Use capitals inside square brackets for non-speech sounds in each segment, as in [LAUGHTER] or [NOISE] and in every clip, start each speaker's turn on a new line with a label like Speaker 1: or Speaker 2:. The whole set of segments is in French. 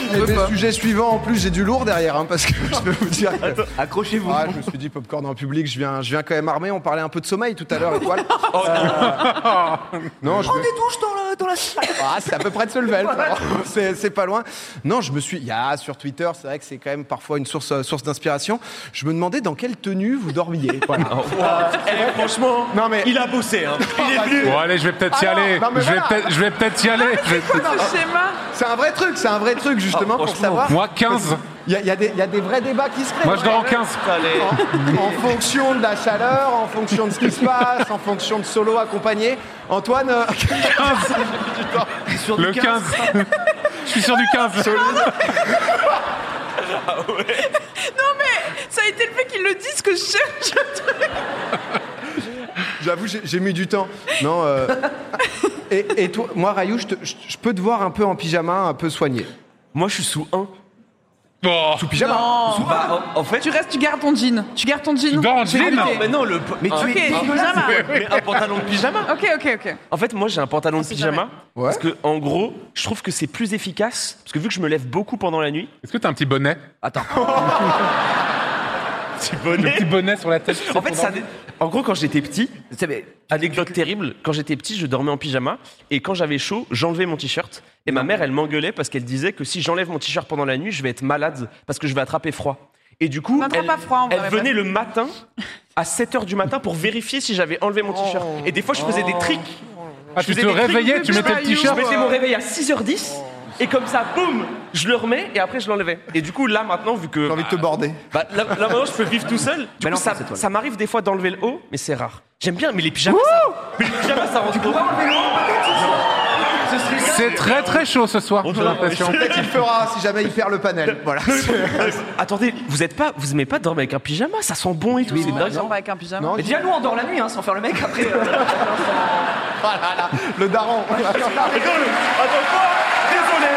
Speaker 1: veut
Speaker 2: C'était
Speaker 1: pas.
Speaker 2: le sujet suivant. En plus, j'ai du lourd derrière, hein, parce que je peux vous dire. que-
Speaker 3: Accrochez-vous.
Speaker 2: Ah, je me suis dit popcorn en public, je viens, je viens quand même armé. On parlait un peu de sommeil tout à l'heure,
Speaker 3: [LAUGHS]
Speaker 2: étoile.
Speaker 3: Oh,
Speaker 2: Euh, non, je me-
Speaker 3: douches dans la, dans la salle.
Speaker 2: ah, c'est à peu près de se lever, c'est c'est pas loin. Non, je me suis. Il y a sur Twitter, c'est vrai que c'est quand même parfois une source, euh, source d'inspiration. Je me demandais dans quelle tenue vous dormiez.
Speaker 3: [LAUGHS]
Speaker 2: Voilà.
Speaker 3: Eh, franchement,
Speaker 2: Non, mais-
Speaker 3: il a bossé. Hein. Il est venu.
Speaker 4: Bon, allez, je vais peut-être y
Speaker 2: Ah non,
Speaker 4: aller.
Speaker 2: non, mais
Speaker 4: je vais
Speaker 2: voilà.
Speaker 4: peut-être, je vais peut-être y aller. Je vais peut-être-
Speaker 1: Ce schéma.
Speaker 2: C'est un vrai truc, c'est un vrai truc justement
Speaker 3: Ah,
Speaker 2: pour
Speaker 3: franchement.
Speaker 2: savoir.
Speaker 4: Moi, 15.
Speaker 2: Il y, a- il y a des- il y a des vrais débats qui se créent.
Speaker 4: Moi, je dors en 15.
Speaker 2: En- en fonction de la chaleur, en fonction de ce qui se passe, en fonction de solo accompagné. Antoine, euh, [LAUGHS]
Speaker 4: 15.
Speaker 3: Sur du
Speaker 4: Le 15. Je suis sur du 15.
Speaker 1: Non mais ça a été le fait qu'ils le disent que je cherche un truc.
Speaker 2: j'avoue, j'ai j'ai mis du temps. Non. euh, Et, et toi, moi, Rayou, je, te- je- je peux te voir un peu en pyjama, un peu soigné.
Speaker 3: Moi, je suis sous 1.
Speaker 4: Bon.
Speaker 2: Pyjama.
Speaker 3: en, en fait, oh,
Speaker 1: Tu restes, tu gardes ton jean. Tu gardes ton jean.
Speaker 4: Je dors en
Speaker 1: J'ai
Speaker 4: jean
Speaker 1: goûté.
Speaker 3: Mais non, le. Mais tu
Speaker 1: Ok, pyjama.
Speaker 3: Mais un pantalon de pyjama.
Speaker 1: Ok, ok, ok.
Speaker 3: En fait, moi, j'ai un pantalon de
Speaker 1: sait
Speaker 3: pyjama.
Speaker 2: Ouais.
Speaker 3: Parce que, en gros, je trouve que c'est plus efficace. Parce que vu que je me lève beaucoup pendant la nuit.
Speaker 4: Est-ce que t'as un petit bonnet
Speaker 3: Attends. [LAUGHS] Petit
Speaker 4: Le
Speaker 3: bonnet.
Speaker 4: petit bonnet sur la tête.
Speaker 3: En fait, ça. En gros, quand j'étais petit, tu sais, mais, anecdote terrible. Quand j'étais petit, je dormais en pyjama et quand j'avais chaud, j'enlevais mon t-shirt. Et ma mère, elle m'engueulait parce qu'elle disait que si j'enlève mon t-shirt pendant la nuit, je vais être malade parce que je vais attraper froid. Et du coup,
Speaker 1: N'attrape
Speaker 3: elle,
Speaker 1: pas froid, en vrai,
Speaker 3: elle venait le matin à 7h du matin pour vérifier si j'avais enlevé mon t-shirt. Et des fois, je faisais des tricks.
Speaker 4: Ah,
Speaker 3: je
Speaker 4: tu
Speaker 3: faisais
Speaker 4: te
Speaker 3: des trucs
Speaker 4: réveillais,
Speaker 3: de
Speaker 4: tu mettais le
Speaker 1: Bayou.
Speaker 4: t-shirt.
Speaker 3: Je mettais mon réveil à 6h10 et comme ça, boum, je le remets et après je l'enlevais. Et du coup, là maintenant, vu que
Speaker 2: J'ai envie de te border.
Speaker 3: bah, là, là, maintenant, je peux vivre tout seul. Du coup,
Speaker 2: non,
Speaker 3: ça,
Speaker 2: c'est toi, là.
Speaker 3: ça m'arrive des fois d'enlever le haut, mais c'est rare. J'aime bien, mais les pyjamas, ça, mais les pyjamas, ça rentre trop.
Speaker 4: C'est très très chaud ce soir, j'ai
Speaker 3: Bonsoir.
Speaker 4: l'impression.
Speaker 2: Peut-être qu'il fera si jamais il perd le panel. Voilà.
Speaker 3: Attendez, vous êtes pas, vous aimez pas dormir avec un pyjama Ça sent bon et tout, c'est
Speaker 1: Moi,
Speaker 3: dingue.
Speaker 1: je dors pas avec un pyjama.
Speaker 2: Non,
Speaker 5: Mais déjà, nous, on dort la nuit, hein, sans faire le mec. Après, euh,
Speaker 2: Voilà, là, le daron.
Speaker 3: désolé,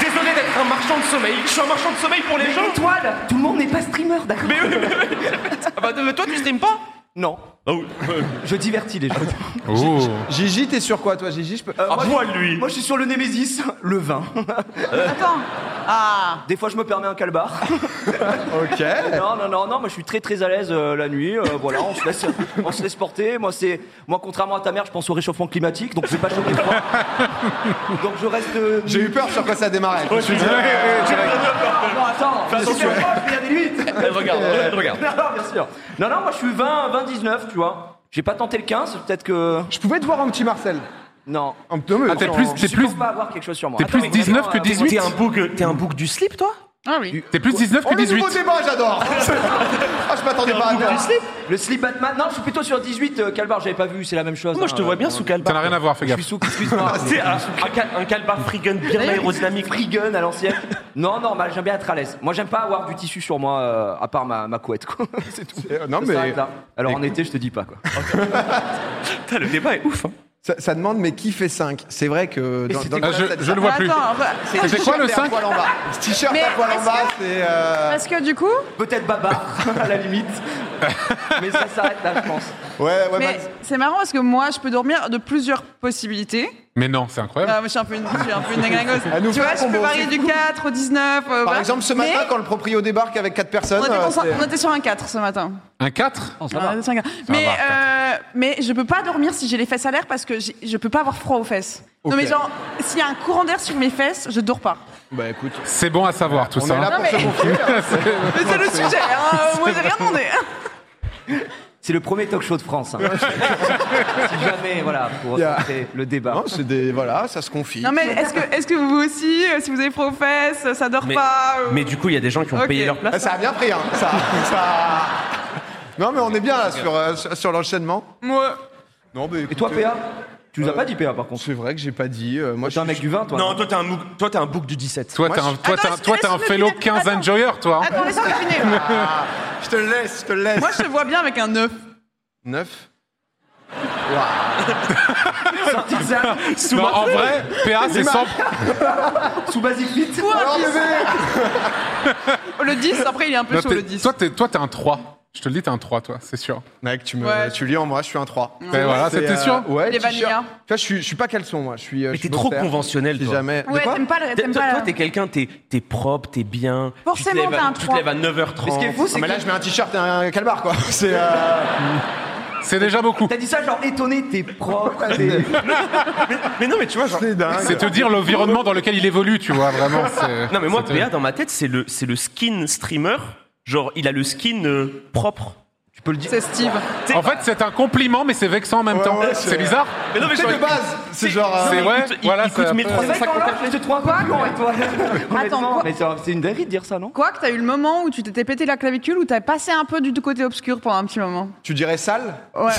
Speaker 3: désolé d'être un marchand de sommeil. Je suis un marchand de sommeil pour les
Speaker 5: mais étoile, tout le monde n'est pas streamer, d'accord
Speaker 3: Mais, oui, mais oui. Ah bah, toi, tu streames pas
Speaker 5: Non,
Speaker 3: Ah oui.
Speaker 5: [LAUGHS] je divertis les gens.
Speaker 4: Oh.
Speaker 2: Gigi, t'es sur quoi toi, Gigi Je peux-
Speaker 5: Euh,
Speaker 3: À
Speaker 5: moi,
Speaker 3: poil,
Speaker 5: je-
Speaker 3: Ah, lui.
Speaker 5: Moi, je suis sur le Némésis, le vin.
Speaker 1: [LAUGHS]
Speaker 5: [LAUGHS]
Speaker 1: Attends. Ah.
Speaker 5: Des fois, je me permets un calbar. [LAUGHS]
Speaker 2: Ok.
Speaker 5: Non, non, non, non, moi je suis très très à l'aise euh, la nuit. euh, voilà, on se laisse, [LAUGHS] on se laisse porter. Moi, c'est, moi, contrairement à ta mère, je pense au réchauffement climatique, donc je vais pas choquer froid.
Speaker 3: [LAUGHS]
Speaker 5: Donc je reste. euh,
Speaker 2: J'ai eu peur sur quoi ça démarrait.
Speaker 3: Je suis
Speaker 5: Non, attends.
Speaker 3: attention.
Speaker 5: je vais faire- je vais dire des limites.
Speaker 3: [LAUGHS] Regarde,
Speaker 5: [LAUGHS]
Speaker 3: regarde.
Speaker 5: Non, non, bien sûr. Non, non, moi je suis 20, 20, 19, tu vois. J'ai pas tenté le 15, peut-être que.
Speaker 2: Je pouvais te voir en petit Marcel.
Speaker 5: Non.
Speaker 2: En petit- non, mais-
Speaker 4: Ah, t'es
Speaker 2: en-
Speaker 4: plus,
Speaker 5: Je
Speaker 4: t'es plus,
Speaker 5: supporte pas avoir quelque chose sur moi.
Speaker 4: t'es
Speaker 5: Attends,
Speaker 4: plus
Speaker 5: mais
Speaker 4: 19
Speaker 5: vraiment,
Speaker 4: que
Speaker 5: euh,
Speaker 4: 18.
Speaker 3: T'es un bouc, t'es un bouc du slip, toi
Speaker 1: Ah oui.
Speaker 4: T'es plus 19
Speaker 2: Oh,
Speaker 4: que
Speaker 2: le nouveau
Speaker 4: 18.
Speaker 2: débat, [LAUGHS] j'adore Ah, je m'attendais pas à
Speaker 5: Le
Speaker 2: ça.
Speaker 5: slip, le slip Batman. Non, je suis plutôt sur 18. euh, Calbar, j'avais pas vu, c'est la même chose.
Speaker 3: Moi,
Speaker 5: hein,
Speaker 3: je te vois
Speaker 5: euh,
Speaker 3: bien sous calbar.
Speaker 4: Ça n'a rien à voir, fais
Speaker 5: Je suis
Speaker 4: gaffe.
Speaker 5: sous, excuse-moi.
Speaker 3: [LAUGHS] C'est un, un cal- un calbar free gun bien aérodynamique.
Speaker 5: Free gun à
Speaker 3: [LAUGHS]
Speaker 5: l'ancienne. Non, normal, j'aime bien être à l'aise. Moi, j'aime pas avoir du tissu sur moi, euh, à part ma, ma couette, quoi. C'est tout.
Speaker 2: Euh, non,
Speaker 5: Ça
Speaker 2: mais-
Speaker 5: s'arrête là. Alors, en été, je te dis pas, quoi.
Speaker 3: Putain, le débat est ouf. hein.
Speaker 2: ça. ça demande, mais qui fait 5 C'est vrai que. Dans, dans-
Speaker 4: Ah, je, je le vois
Speaker 1: Mais
Speaker 4: plus.
Speaker 1: Attends. bah,
Speaker 4: C'est quoi
Speaker 2: t-shirt
Speaker 4: le
Speaker 2: et un
Speaker 4: 5
Speaker 2: poil en bas. Ce T-shirt
Speaker 1: Mais
Speaker 2: à poil en
Speaker 1: est-ce
Speaker 2: bas,
Speaker 1: que-
Speaker 2: c'est. euh,
Speaker 1: Parce que du coup.
Speaker 5: Peut-être baba, [LAUGHS] à la limite. Mais ça s'arrête là, je pense.
Speaker 2: Ouais, ouais,
Speaker 1: Mais
Speaker 2: Max.
Speaker 1: c'est marrant parce que moi, je peux dormir de plusieurs possibilités.
Speaker 4: Mais non, c'est incroyable.
Speaker 1: Ah, moi, je suis un peu une, je suis un peu une dégringolose.
Speaker 2: Elle Ah, nous
Speaker 1: Tu
Speaker 2: fait
Speaker 1: vois,
Speaker 2: un
Speaker 1: je peux
Speaker 2: combo,
Speaker 1: varier
Speaker 2: c'est
Speaker 1: du
Speaker 2: fou.
Speaker 1: 4 au 19. euh,
Speaker 2: Par
Speaker 1: voilà.
Speaker 2: exemple, ce
Speaker 1: Mais
Speaker 2: matin, quand le proprio débarque avec 4 personnes.
Speaker 1: On était,
Speaker 2: euh,
Speaker 1: concentré-
Speaker 2: c'est-
Speaker 1: on était sur un 4 ce matin.
Speaker 4: Un 4
Speaker 1: Ah, c'est un gars. mais,
Speaker 4: va,
Speaker 1: euh, mais je peux pas dormir si j'ai les fesses à l'air parce que j'ai- je peux pas avoir froid aux fesses. Non mais genre, s'il y a un courant d'air sur mes fesses, je dors pas.
Speaker 2: Bah écoute,
Speaker 4: C'est bon à savoir tout
Speaker 2: on
Speaker 4: ça.
Speaker 2: est là
Speaker 4: hein.
Speaker 2: pour
Speaker 1: mais-
Speaker 2: se confier.
Speaker 1: Mais c'est le sujet,
Speaker 3: [LAUGHS]
Speaker 1: hein, moi j'ai rien demandé.
Speaker 5: C'est le premier talk show de France. hein. [LAUGHS] si jamais, voilà, pour
Speaker 2: Yeah.
Speaker 5: recentrer le débat.
Speaker 2: Non, c'est des. Voilà, ça se confie.
Speaker 1: Non mais est-ce que, est que vous aussi, euh, si vous avez froid aux fesses, ça dort
Speaker 3: Mais,
Speaker 1: pas euh,
Speaker 3: mais du coup, il y a des gens qui ont
Speaker 1: Ok.
Speaker 3: payé leur place.
Speaker 2: Ah, Ça a bien pris, hein. Ça, ça- Non, mais on est bien là sur, euh, sur- sur l'enchaînement.
Speaker 1: Moi,
Speaker 2: Non, mais.
Speaker 5: Et toi, PA Tu nous
Speaker 2: Euh,
Speaker 5: as pas dit PA, par contre.
Speaker 2: C'est vrai que j'ai pas dit. euh, moi,
Speaker 5: T'es un
Speaker 2: je-
Speaker 5: mec du vin, toi
Speaker 3: Non, toi, t'es un, mou- toi, t'es un bouc du 17.
Speaker 4: Toi, t'es
Speaker 2: Moi,
Speaker 4: un, toi,
Speaker 1: Attends,
Speaker 4: t'es un- toi, t'es un
Speaker 1: laisse-le
Speaker 4: fellow
Speaker 1: finir.
Speaker 4: 15
Speaker 1: Attends.
Speaker 4: enjoyer, toi. hein.
Speaker 1: attends, laisse-moi
Speaker 3: [LAUGHS]
Speaker 1: finir.
Speaker 2: Je te le laisse, je te le laisse.
Speaker 1: Moi je te vois bien avec un œuf.
Speaker 2: 9
Speaker 4: Non, en vrai, PA, c'est 100,
Speaker 5: Sous Basic Fit
Speaker 1: Ou un 10. Le 10, après il est un peu
Speaker 4: Non,
Speaker 1: chaud
Speaker 4: t'es-
Speaker 1: le 10.
Speaker 4: Toi, t'es, toi, t'es un 3. Je te le dis, t'es un 3, toi, c'est sûr.
Speaker 2: Mec, tu, me,
Speaker 1: Ouais.
Speaker 2: tu lis en moi, je suis un 3.
Speaker 4: Ben voilà,
Speaker 2: C'est,
Speaker 4: c'était
Speaker 2: euh,
Speaker 4: sûr.
Speaker 2: Ouais,
Speaker 1: Les
Speaker 2: t-shirt.
Speaker 1: vanillas.
Speaker 2: Tu vois, je suis, je suis pas caleçon, moi. Je suis, euh,
Speaker 3: Mais
Speaker 2: je suis
Speaker 3: t'es trop
Speaker 2: boxer.
Speaker 3: conventionnel,
Speaker 2: Si
Speaker 3: toi.
Speaker 2: jamais. De
Speaker 1: Ouais,
Speaker 2: quoi
Speaker 1: t'aimes pas le.
Speaker 3: T'es-
Speaker 1: T'aimes pas
Speaker 3: Toi,
Speaker 1: la-
Speaker 3: t'es quelqu'un, t'es t'es propre, t'es bien. Tu te
Speaker 1: Forcément,
Speaker 3: lèves à-
Speaker 1: t'as un
Speaker 3: Tu te
Speaker 1: trois.
Speaker 3: lèves à 9h30.
Speaker 5: Mais ce qui est fou,
Speaker 2: Ah,
Speaker 5: c'est
Speaker 2: mais là,
Speaker 5: que
Speaker 2: je mets un t-shirt et un calbar, quoi. [LAUGHS] C'est. euh,
Speaker 4: C'est déjà beaucoup.
Speaker 5: t'as dit ça genre étonné, t'es propre, t'es...
Speaker 3: Mais non, mais tu vois, genre.
Speaker 2: C'est dingue.
Speaker 4: C'est te dire l'environnement dans lequel il évolue, tu vois, vraiment.
Speaker 3: [LAUGHS]
Speaker 4: c'est-
Speaker 3: Non, mais moi,
Speaker 4: c'est-
Speaker 3: PA, dans ma tête, c'est le, c'est le skin streamer. Genre, il a le skin euh, propre.
Speaker 5: Tu peux le dire.
Speaker 1: C'est Steve.
Speaker 4: En fait, c'est un compliment, mais c'est vexant en même
Speaker 2: Ouais,
Speaker 4: temps.
Speaker 2: ouais,
Speaker 4: c'est
Speaker 2: c'est-
Speaker 4: bizarre.
Speaker 3: Mais non, mais
Speaker 2: C'est de base. C'est genre. euh,
Speaker 4: C'est ouais,
Speaker 3: il, coûte-
Speaker 4: voilà,
Speaker 3: il coûte
Speaker 4: ça-
Speaker 3: 1300.
Speaker 5: C'est vrai qu'en l'off, je te trouve un peu con, et toi Honnêtement,
Speaker 1: quoi
Speaker 5: Mais c'est c'est une dinguerie de dire ça, non
Speaker 1: Quoi que t'as eu le moment où tu t'étais pété la clavicule ou t'as passé un peu du du côté obscur pendant un petit moment
Speaker 2: Tu dirais sale
Speaker 1: Ouais.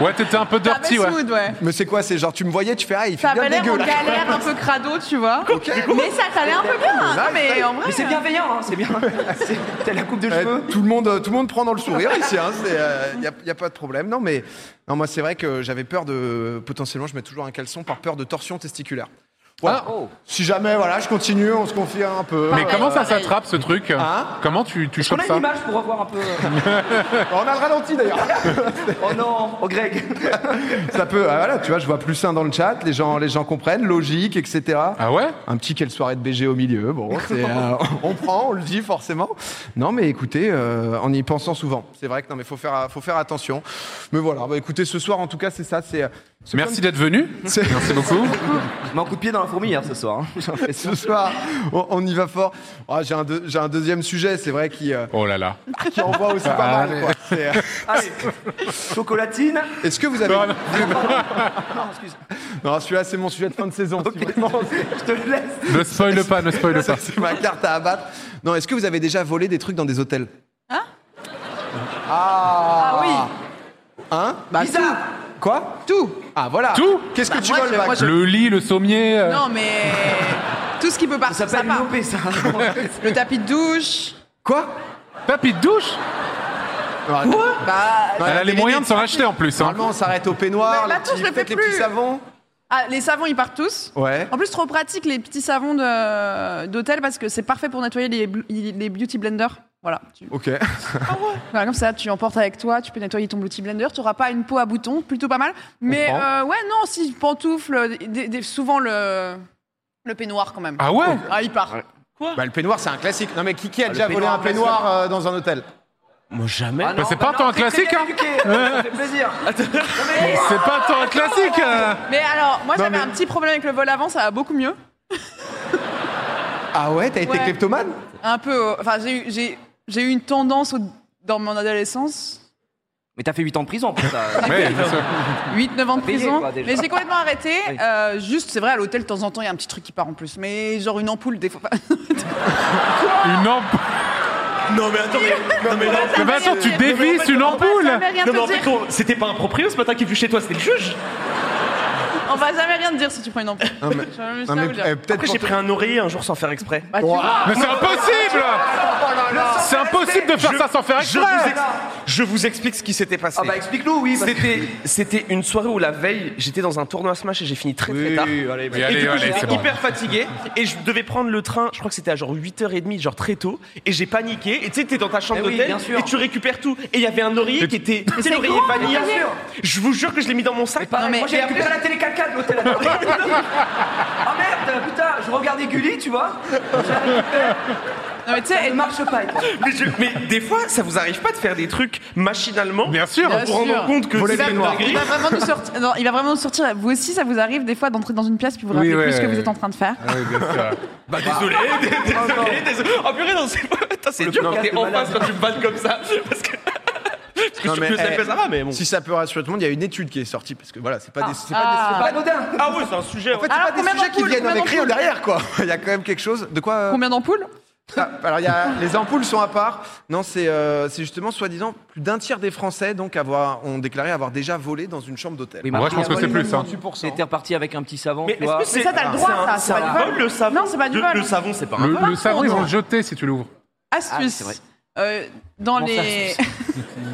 Speaker 4: Ouais, t'étais un peu
Speaker 1: T'avais
Speaker 4: dirty, ouais.
Speaker 1: smooth, ouais.
Speaker 2: Mais c'est quoi C'est genre, tu me voyais, tu fais ah, il fait bien
Speaker 1: T'avais l'air en
Speaker 2: dégueu là.
Speaker 1: galère, un peu crado, tu vois. Mais ça t'allait un peu bien. Non, mais en vrai. euh,
Speaker 5: Mais c'est bienveillant, hein, c'est
Speaker 1: [LAUGHS]
Speaker 5: bien. C'est- T'as la coupe de
Speaker 2: Eh,
Speaker 5: cheveux.
Speaker 2: tout, le monde, tout le monde prend dans le sourire ici, il n'y a, y a pas de problème. Non, mais non, moi, c'est vrai que j'avais peur de. Potentiellement, je mets toujours un caleçon par peur de torsion testiculaire. Voilà.
Speaker 4: Ah.
Speaker 3: oh.
Speaker 2: Si jamais, voilà, je continue, on se confie un peu.
Speaker 4: Mais
Speaker 1: Pareil,
Speaker 4: comment ça
Speaker 1: pareil.
Speaker 4: s'attrape ce truc
Speaker 2: Hein
Speaker 4: Comment tu, tu
Speaker 5: euh, Est-ce qu'on
Speaker 4: chopes
Speaker 5: a
Speaker 4: ça
Speaker 5: une image pour revoir un peu euh, [LAUGHS]
Speaker 2: On a le ralenti
Speaker 3: [LAUGHS]
Speaker 2: d'ailleurs.
Speaker 5: Oh non, oh Greg
Speaker 2: Ça peut. ah, voilà, tu vois, je vois plus sain dans le chat, les gens, les gens comprennent, logique, etc.
Speaker 4: Ah ouais
Speaker 2: Un petit quelle soirée de BG au milieu,
Speaker 4: [LAUGHS]
Speaker 2: bon, c'est, euh, on prend, on le dit forcément. Non, mais écoutez, euh, en y pensant souvent, c'est vrai que non, mais faut faire, faut faire attention. Mais voilà, bah, écoutez, ce soir, en tout cas, c'est ça, c'est. euh, c'est
Speaker 4: Merci d'être venu.
Speaker 2: C'est-
Speaker 4: Merci beaucoup.
Speaker 5: Mais un coup de pied dans la fourmilière ce soir. hein, j'ai l'impression.
Speaker 2: [LAUGHS] Ce soir, on, on y va fort. Ah, j'ai, un deux- j'ai un deuxième sujet, c'est vrai, qui, euh,
Speaker 4: Oh là là.
Speaker 2: qui envoie aussi
Speaker 4: Ah,
Speaker 2: pas mal. quoi. C'est, euh,
Speaker 5: [LAUGHS] Allez, chocolatine.
Speaker 2: est-ce que vous avez.
Speaker 4: Non, non.
Speaker 5: Non, excuse.
Speaker 2: [LAUGHS] Non, celui-là, c'est mon sujet de fin de saison. si
Speaker 5: Ok,
Speaker 2: vraiment,
Speaker 5: [LAUGHS] je te le laisse.
Speaker 4: Ne spoil pas, ne spoil pas.
Speaker 2: c'est, c'est ma carte à abattre. Non, est-ce que vous avez déjà volé des trucs dans des hôtels
Speaker 1: Ah oui.
Speaker 2: Hein
Speaker 1: Bizarre.
Speaker 2: Quoi Tout Ah, voilà
Speaker 4: Tout
Speaker 2: Qu'est-ce
Speaker 1: Bah,
Speaker 2: que tu
Speaker 1: moi,
Speaker 2: voles,
Speaker 1: je-
Speaker 2: Max
Speaker 1: moi, je-
Speaker 4: Le lit, le sommier. euh,
Speaker 1: Non, mais. Tout ce qui peut
Speaker 5: Ça
Speaker 1: partir, ça
Speaker 5: s'appelle une
Speaker 1: part.
Speaker 5: OP, [LAUGHS] ça.
Speaker 1: Le tapis de douche.
Speaker 2: Quoi
Speaker 4: Tapis de douche
Speaker 2: Quoi
Speaker 1: Bah.
Speaker 4: Elle a les moyens de s'en acheter en plus. hein.
Speaker 2: Normalement, on s'arrête au peignoir,
Speaker 1: Mais
Speaker 2: les
Speaker 1: là, tout,
Speaker 2: petits,
Speaker 1: je le fais
Speaker 2: peut-être les petits
Speaker 1: plus.
Speaker 2: savons.
Speaker 1: Ah, les savons, ils partent tous.
Speaker 2: Ouais.
Speaker 1: En plus, trop pratique les petits savons de- d'hôtel parce que c'est parfait pour nettoyer les, bl- les beauty blenders. Voilà. Tu-
Speaker 2: Ok.
Speaker 1: voilà, Comme ça, tu emportes avec toi, tu peux nettoyer ton beauty blender. Tu n'auras pas une peau à boutons, plutôt pas mal. Mais
Speaker 2: Comprends.
Speaker 1: euh, ouais, non, si pantoufles, des- des- souvent le, le peignoir quand même.
Speaker 4: Ah ouais
Speaker 1: Ah, il part.
Speaker 2: Bah, le peignoir, c'est un classique. Non, mais qui, qui a déjà volé
Speaker 5: peignoir,
Speaker 2: un Ah, peignoir euh, dans un hôtel
Speaker 3: Moi, jamais.
Speaker 5: Ah non,
Speaker 4: c'est pas
Speaker 5: non,
Speaker 4: tant un
Speaker 5: t'es très
Speaker 4: classique,
Speaker 5: bien
Speaker 4: hein.
Speaker 5: éduqué, Ça fait plaisir.
Speaker 4: C'est pas tant un classique euh.
Speaker 1: Mais alors, moi,
Speaker 2: Non,
Speaker 1: j'avais
Speaker 2: mais-
Speaker 1: un petit problème avec le vol avant, ça va beaucoup mieux.
Speaker 2: Ah ouais, t'as été
Speaker 1: Ouais.
Speaker 2: kleptomane
Speaker 1: Un peu. euh, Enfin, j'ai eu- j'ai j'ai eu une tendance au- dans mon adolescence.
Speaker 5: Mais t'as fait 8 ans de prison pour ça.
Speaker 4: Ouais, bien sûr.
Speaker 1: 8-9 ans de
Speaker 5: Payé,
Speaker 1: prison.
Speaker 5: quoi, déjà.
Speaker 1: mais j'ai complètement arrêté.
Speaker 5: Oui.
Speaker 1: Euh, juste, c'est vrai, à l'hôtel, de temps en temps, il y a un petit truc qui part en plus. Mais genre une ampoule, des fois.
Speaker 4: Une ampoule.
Speaker 3: Ah, Non, mais attends, mais, non, mais non.
Speaker 4: Mais attends, tu dévisses une
Speaker 1: On va
Speaker 4: ampoule
Speaker 1: jamais rien
Speaker 3: Non, mais en
Speaker 1: te
Speaker 3: fait,
Speaker 1: dire.
Speaker 3: on- c'était pas un proprio ce matin qui est venu chez toi, c'était le juge.
Speaker 1: On va jamais rien te dire si tu prends une ampoule.
Speaker 2: Non, mais-
Speaker 1: Je vais juste
Speaker 2: non,
Speaker 1: ça
Speaker 2: mais,
Speaker 1: vous dire.
Speaker 2: eh, peut-être
Speaker 3: Après, j'ai
Speaker 2: pour-
Speaker 3: pris un oreiller un jour sans faire exprès.
Speaker 1: Bah, tu vois,
Speaker 4: Mais c'est impossible C'est impossible de faire
Speaker 3: Je-
Speaker 4: ça sans faire
Speaker 3: je
Speaker 4: exprès Ah
Speaker 3: vous, ex- je vous explique ce qui s'était passé.
Speaker 5: Ah bah explique-nous, oui. parce que-
Speaker 3: C'était- C'était une soirée où la veille, j'étais dans un tournoi Smash et j'ai fini très très tard.
Speaker 5: allez,
Speaker 4: Oui,
Speaker 3: Et
Speaker 4: allez,
Speaker 3: du coup,
Speaker 4: allez, c'est
Speaker 3: j'étais
Speaker 4: bon.
Speaker 3: hyper fatigué et je devais prendre le train, je crois que c'était à genre 8h30, genre très tôt, et j'ai paniqué. Et tu sais, t'es dans ta chambre
Speaker 5: Eh oui,
Speaker 3: d'hôtel
Speaker 5: bien sûr.
Speaker 3: et tu récupères tout. Et il y avait un oreiller qui était. Tu sais,
Speaker 1: c'est
Speaker 3: l'oreiller
Speaker 1: gros,
Speaker 3: vanille.
Speaker 5: mais bien sûr.
Speaker 3: Je vous jure que je l'ai mis dans mon sac.
Speaker 5: Pareil,
Speaker 1: Non, mais-
Speaker 5: moi j'ai récupéré la télé 4K de l'hôtel.
Speaker 1: [LAUGHS]
Speaker 5: Ah merde, putain, je regardais Gulli,
Speaker 1: [LAUGHS]
Speaker 5: tu vois.
Speaker 1: non, mais tu sais,
Speaker 5: Elle
Speaker 1: elle-
Speaker 5: marche pas. elle.
Speaker 3: Mais, je- mais des fois, ça vous arrive pas de faire des trucs machinalement
Speaker 4: Bien sûr
Speaker 1: Bien
Speaker 3: pour rendre
Speaker 1: sûr.
Speaker 3: compte que
Speaker 2: Voler
Speaker 3: c'est
Speaker 2: le
Speaker 3: une
Speaker 2: peignoir.
Speaker 3: dinguerie.
Speaker 1: il va vraiment nous sortir. Non, il va vraiment nous sortir. Vous aussi, ça vous arrive des fois d'entrer dans une pièce puis vous
Speaker 4: Oui,
Speaker 1: rappelez
Speaker 4: ouais,
Speaker 1: plus ce que
Speaker 4: ouais,
Speaker 1: vous
Speaker 4: ouais.
Speaker 1: êtes en train de faire.
Speaker 4: Ah oui, bien sûr.
Speaker 3: Bah désolé, dé- désolé, désolé. Oh purée, non, c'est Putain, c'est dur quand
Speaker 5: podcast
Speaker 3: t'es
Speaker 5: de
Speaker 3: en
Speaker 5: malade.
Speaker 3: face quand tu me balles comme ça. Parce que. Parce que
Speaker 2: Non,
Speaker 3: je
Speaker 2: mais,
Speaker 3: suis que ça
Speaker 2: eh,
Speaker 3: fait ça va, mais bon.
Speaker 2: Si ça peut rassurer tout le monde, il y a une étude qui est sortie parce que voilà, c'est pas des, c'est pas des,
Speaker 1: Ah.
Speaker 5: Pas anodin.
Speaker 3: Ah ouais, c'est un sujet.
Speaker 2: en fait, c'est
Speaker 1: Alors,
Speaker 2: pas des
Speaker 1: combien
Speaker 2: sujets qui
Speaker 1: d'ampoules,
Speaker 2: viennent
Speaker 1: combien
Speaker 2: avec rien
Speaker 1: d'ampoules
Speaker 2: derrière quoi. [LAUGHS] Il y a quand même quelque chose. De quoi euh,
Speaker 1: Combien d'ampoules
Speaker 2: Ah, alors, il y a, les ampoules sont à part. Non, c'est euh, c'est justement, soi-disant, plus d'un tiers des Français donc, avoir, ont déclaré avoir déjà volé dans une chambre d'hôtel.
Speaker 5: Oui,
Speaker 4: En vrai, je pense que c'est plus. hein.
Speaker 5: C'était reparti avec un petit savon,
Speaker 3: Mais
Speaker 5: tu vois.
Speaker 3: est-ce que c'est
Speaker 1: Mais ça, t'as le droit,
Speaker 3: c'est un-
Speaker 1: ça,
Speaker 3: C'est
Speaker 1: c'est
Speaker 3: un
Speaker 1: pas du
Speaker 3: vol
Speaker 1: vol.
Speaker 3: le savon
Speaker 1: Non, c'est pas du
Speaker 3: Le-
Speaker 1: vol.
Speaker 3: Le savon, c'est pas un vol.
Speaker 4: Le, le
Speaker 1: Par
Speaker 4: savon, ils vont
Speaker 1: contre-
Speaker 4: le jeter si tu l'ouvres.
Speaker 5: Ah, c'est vrai.
Speaker 1: Astuce. Euh, dans
Speaker 5: Comment ça,
Speaker 1: les. [LAUGHS]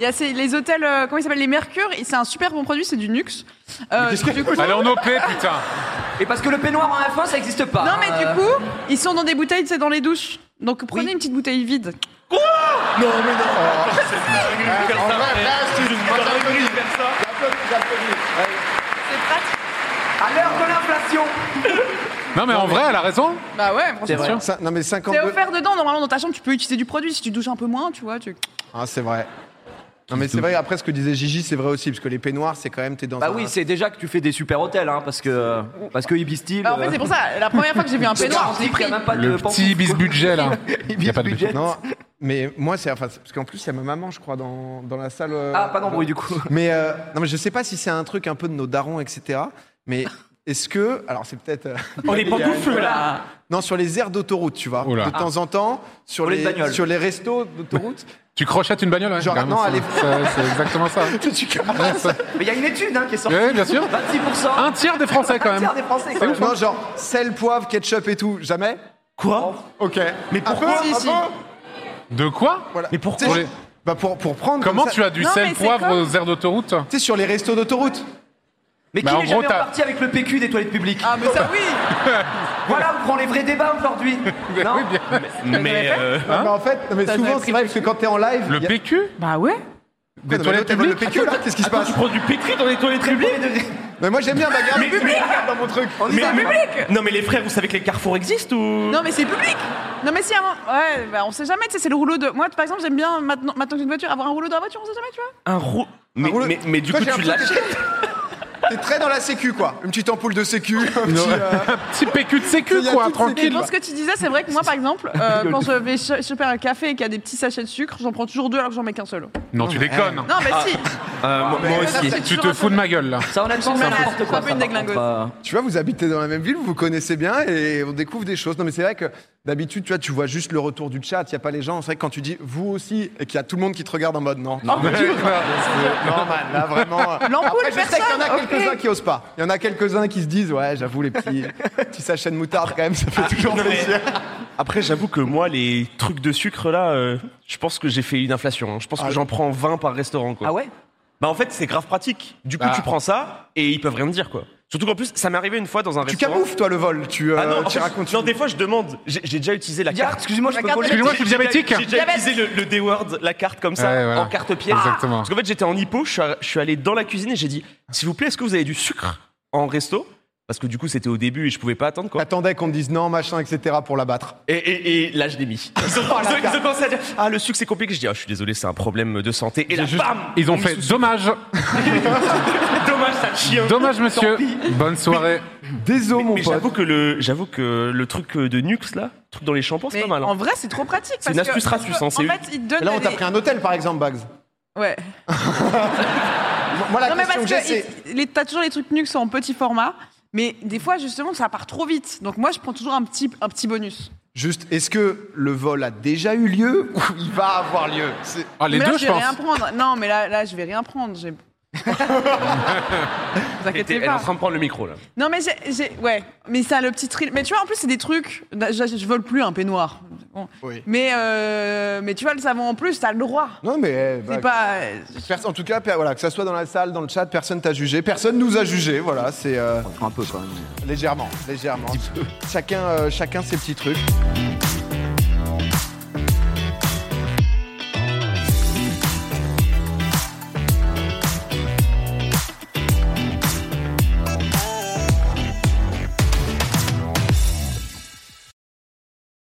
Speaker 1: Il y a ces- les hôtels, euh, comment ils s'appellent Les Mercure, et c'est un super bon produit, c'est du Nux. Euh, du coup-
Speaker 4: Elle est en OP, putain
Speaker 5: Et parce que le peignoir en F1, ça n'existe pas.
Speaker 1: Non mais
Speaker 5: Euh,
Speaker 1: du coup, ils sont dans des bouteilles, c'est dans les douches. Donc prenez
Speaker 5: Oui.
Speaker 1: une petite bouteille vide.
Speaker 2: Non, mais non. Ouais, en vrai, reste, tu- moi, j'applaudis. J'applaudis, j'applaudis. Ouais.
Speaker 5: À l'heure de l'inflation
Speaker 4: Non, mais en vrai, elle a raison.
Speaker 1: Bah ouais, franchement.
Speaker 5: vrai.
Speaker 2: Ça- Non, mais 52.
Speaker 1: C'est offert dedans, normalement dans ta chambre tu peux utiliser du produit si tu douches un peu moins, tu vois. Tu...
Speaker 2: Ah, c'est vrai. Non, mais c'est vrai, après ce que disait Gigi, c'est vrai aussi, parce que les peignoirs, c'est quand même, t'es dans
Speaker 5: Bah
Speaker 2: un-
Speaker 5: oui, c'est déjà que tu fais des super hôtels, hein, parce que, parce que Ibis euh, Style.
Speaker 1: Bah, en fait, c'est pour ça, la première fois que j'ai
Speaker 5: [LAUGHS]
Speaker 1: vu un peignoir, j'ai
Speaker 5: il y
Speaker 1: pris.
Speaker 5: a même pas
Speaker 4: Le
Speaker 5: de
Speaker 4: petit bis
Speaker 2: [LAUGHS]
Speaker 4: budget, là. Il n'y a pas de budget.
Speaker 2: [LAUGHS]
Speaker 5: budget.
Speaker 2: Non, mais moi, c'est. Enfin, c'est- parce qu'en plus, il y a ma maman, je crois, dans, dans la salle. euh,
Speaker 5: Ah, pas d'embrouille du coup.
Speaker 2: Mais euh, non, mais je sais pas si c'est un truc un peu de nos darons, etc. Mais est-ce que, alors c'est peut-être euh,
Speaker 3: On est pas bouffeux là.
Speaker 2: non sur les aires d'autoroute, tu vois,
Speaker 4: Oh là.
Speaker 2: de temps en temps sur
Speaker 5: Pour les
Speaker 2: les,
Speaker 5: bagnoles.
Speaker 2: sur les restos d'autoroute,
Speaker 4: Tu crochettes une bagnole, ouais,
Speaker 2: Genre,
Speaker 4: carrément,
Speaker 2: non,
Speaker 4: c'est-
Speaker 2: allez.
Speaker 4: c'est- C'est
Speaker 2: [LAUGHS]
Speaker 4: exactement ça.
Speaker 2: tu caresses.
Speaker 5: Mais il y a une étude hein, qui est sortie.
Speaker 4: Oui, bien sûr.
Speaker 5: 26%
Speaker 4: Un tiers des Français, quand
Speaker 5: un
Speaker 4: même.
Speaker 5: tiers des Français. Quand même.
Speaker 2: [LAUGHS] non, genre sel, poivre, ketchup et tout, jamais.
Speaker 3: Quoi
Speaker 2: Ok. Mais
Speaker 3: pourquoi
Speaker 2: peu,
Speaker 3: Si,
Speaker 2: un
Speaker 3: si.
Speaker 2: peu
Speaker 4: De quoi
Speaker 2: Voilà.
Speaker 3: Mais pourquoi
Speaker 2: Tu sais,
Speaker 4: les-
Speaker 2: Bah pour pour prendre.
Speaker 4: Comment
Speaker 2: comme ça-
Speaker 4: tu as du
Speaker 1: Non,
Speaker 4: sel
Speaker 1: mais c'est
Speaker 4: poivre
Speaker 1: comme-
Speaker 4: aux aires d'autoroute
Speaker 2: Tu sais sur les restos d'autoroute.
Speaker 5: Mais qui
Speaker 4: Bah, en
Speaker 5: n'est
Speaker 4: gros,
Speaker 5: jamais
Speaker 4: t'as-
Speaker 5: reparti avec le PQ des toilettes publiques
Speaker 1: Ah, mais ça oui
Speaker 5: Voilà, on prend les vrais débats
Speaker 3: [LAUGHS]
Speaker 5: aujourd'hui. non
Speaker 4: Oui, bien.
Speaker 3: Mais euh,
Speaker 2: Non, mais Ah, bah, en fait, non, mais
Speaker 1: Ça, j'aurais
Speaker 2: souvent
Speaker 1: pris
Speaker 2: c'est vrai parce que quand t'es en live.
Speaker 4: Le
Speaker 2: y a-
Speaker 4: PQ
Speaker 1: Bah ouais
Speaker 4: Des
Speaker 2: Non, mais
Speaker 4: toilettes
Speaker 2: l'autre, elle vole
Speaker 4: publiques
Speaker 2: le PQ là, qu'est-ce qui se passe
Speaker 3: tu prends du pétri dans les toilettes publiques
Speaker 2: Mais moi j'aime bien bagarre du public dans mon truc.
Speaker 5: On y va.
Speaker 1: public
Speaker 3: Non mais les frères, vous savez que les carrefours existent ou
Speaker 1: Non, mais c'est public Non, mais si, avant. Ouais, bah on sait jamais, tu sais, c'est le rouleau de. Moi, par exemple, j'aime bien maintenant, maintenant que j'ai une voiture, avoir un rouleau dans la voiture, on sait jamais, tu vois.
Speaker 3: Un roux. Mais,
Speaker 2: roule-
Speaker 3: mais, mais du
Speaker 2: Toi,
Speaker 3: coup,
Speaker 2: j'ai
Speaker 3: tu
Speaker 2: l'impression
Speaker 3: l'achètes.
Speaker 2: que T'es t'es très dans la sécu quoi. Une petite ampoule de sécu. un petit, euh,
Speaker 4: Un petit PQ de sécu,
Speaker 2: Il y a
Speaker 4: quoi,
Speaker 2: toutes ces-
Speaker 1: Et
Speaker 4: tranquille.
Speaker 1: dans ce que tu disais, c'est vrai que moi, par exemple, euh, quand je vais ch- choper un café et qu'il y a des petits sachets de sucre, j'en prends toujours deux alors que j'en mets qu'un seul.
Speaker 4: Non, tu
Speaker 2: eh,
Speaker 4: déconnes.
Speaker 1: Non, mais si
Speaker 3: Euh, moi, moi
Speaker 1: ça,
Speaker 3: aussi.
Speaker 1: c'est-
Speaker 4: Tu te fous de ma gueule, là.
Speaker 5: Ah, Ça, honnêtement,
Speaker 1: C'est
Speaker 5: c'est
Speaker 1: un peu-
Speaker 5: n'importe
Speaker 1: c'est un
Speaker 5: quoi.
Speaker 1: peu
Speaker 5: ça,
Speaker 1: une
Speaker 5: par contre,
Speaker 1: déglingueuse.
Speaker 5: euh,
Speaker 2: Tu vois, vous habitez dans la même ville, vous vous connaissez bien et on découvre des choses. Non, mais c'est vrai que d'habitude, tu vois, tu vois juste le retour du chat, il n'y a pas les gens. C'est vrai que quand tu dis vous aussi et qu'il y a tout le monde qui te regarde en mode non. Non, [LAUGHS] mais non man, là vraiment. euh,
Speaker 1: L'ampoule,
Speaker 2: Après, je sais qu'il y en a
Speaker 1: personne,
Speaker 2: quelques-uns
Speaker 1: ok.
Speaker 2: qui osent pas. Il y en a quelques-uns qui se disent ouais, j'avoue, les petits, petits sachets de moutarde quand même, ça fait toujours
Speaker 3: non, mais-
Speaker 2: plaisir.
Speaker 3: Après, j'avoue que moi, les trucs de sucre là, euh, je pense que j'ai fait une inflation. hein. Je pense que j'en prends 20 par restaurant. Quoi.
Speaker 5: Ah ouais
Speaker 3: Bah en fait, c'est grave pratique. Du coup,
Speaker 4: Ah.
Speaker 3: tu prends ça et ils peuvent rien te dire quoi. Surtout qu'en plus, ça m'est arrivé une fois dans un
Speaker 2: Tu
Speaker 3: restaurant.
Speaker 2: camoufles toi le vol, tu, euh,
Speaker 3: Ah non, en
Speaker 2: tu
Speaker 3: fait,
Speaker 2: racontes.
Speaker 3: non, des fois je demande. J'ai j'ai déjà utilisé la
Speaker 1: Ah,
Speaker 5: Dia,
Speaker 3: carte.
Speaker 5: excusez-moi, je peux
Speaker 1: Regarde,
Speaker 5: poser
Speaker 4: Excusez-moi, je suis
Speaker 3: J'ai-
Speaker 4: diabétique.
Speaker 3: J'ai déjà utilisé le, le D-word, la carte comme ça,
Speaker 4: Ouais, voilà.
Speaker 3: en carte pièce.
Speaker 4: Exactement.
Speaker 3: Parce qu'en fait, j'étais en hippo, je suis, je suis allé dans la cuisine et j'ai dit S'il vous plaît, est-ce que vous avez du sucre en resto Parce que du coup, c'était au début et je pouvais pas attendre
Speaker 4: Ah.
Speaker 3: quoi.
Speaker 2: Attendais qu'on te dise non, machin, etc. pour l'abattre.
Speaker 3: Et, et- et là, je l'ai mis. Ils ont, ils ont- ils ont commencé à dire Ah, le sucre, c'est compliqué. Je dis Ah, je suis désolé, c'est un problème de santé. Et là, bam
Speaker 4: Ils ont fait dommage,
Speaker 3: [LAUGHS] Dommage, ça chien.
Speaker 4: dommage monsieur. Bonne soirée.
Speaker 2: Désolé, mon
Speaker 3: Mais
Speaker 2: pote.
Speaker 3: j'avoue que, le, j'avoue que le truc de Nux là, le truc dans les shampoings, c'est
Speaker 1: Mais
Speaker 3: pas mal. hein.
Speaker 1: en vrai, c'est trop pratique.
Speaker 3: C'est une
Speaker 1: parce que-
Speaker 3: astuce
Speaker 1: parce
Speaker 3: ratus,
Speaker 1: que,
Speaker 3: hein,
Speaker 1: En
Speaker 3: c'est une-
Speaker 1: fait, ils te donnent
Speaker 2: Là, on t'a
Speaker 1: des-
Speaker 2: pris un hôtel, par exemple, Bugs.
Speaker 1: Ouais.
Speaker 2: Moi, la
Speaker 1: Non, mais
Speaker 2: question
Speaker 1: parce
Speaker 2: que j'ai, c'est.
Speaker 1: que il- les- t'as toujours les trucs nux en petit format, mais des fois, justement, ça part trop vite. Donc moi, je prends toujours un petit, un petit bonus.
Speaker 2: Juste, est-ce que le vol a déjà eu lieu [LAUGHS] ou il va avoir lieu C'est-
Speaker 4: Ah, les
Speaker 1: mais là,
Speaker 4: deux,
Speaker 1: je
Speaker 4: je
Speaker 1: vais
Speaker 4: pense.
Speaker 1: rien prendre. Non, mais là, là je vais rien prendre. J'ai... [LAUGHS] Vous
Speaker 3: Elle était-
Speaker 1: inquiétez
Speaker 3: elle est en
Speaker 1: pas.
Speaker 3: train de prendre le micro là.
Speaker 1: Non, mais j'ai, j'ai- Ouais, mais ça, le petit thrill. Mais tu vois, en plus, c'est des trucs. Je, je vole plus un peignoir. Bon.
Speaker 2: Oui.
Speaker 1: Mais, euh, mais tu vois, le savon en plus, t'as le droit.
Speaker 2: Non, mais. eh,
Speaker 1: C'est
Speaker 2: bah,
Speaker 1: pas.
Speaker 2: pers- En tout cas, per- voilà, que ça soit dans la salle, dans le chat, personne t'a jugé, personne nous a jugé. Voilà, c'est. euh,
Speaker 5: Un peu quand même.
Speaker 2: légèrement, légèrement. Chacun, euh, chacun ses petits trucs.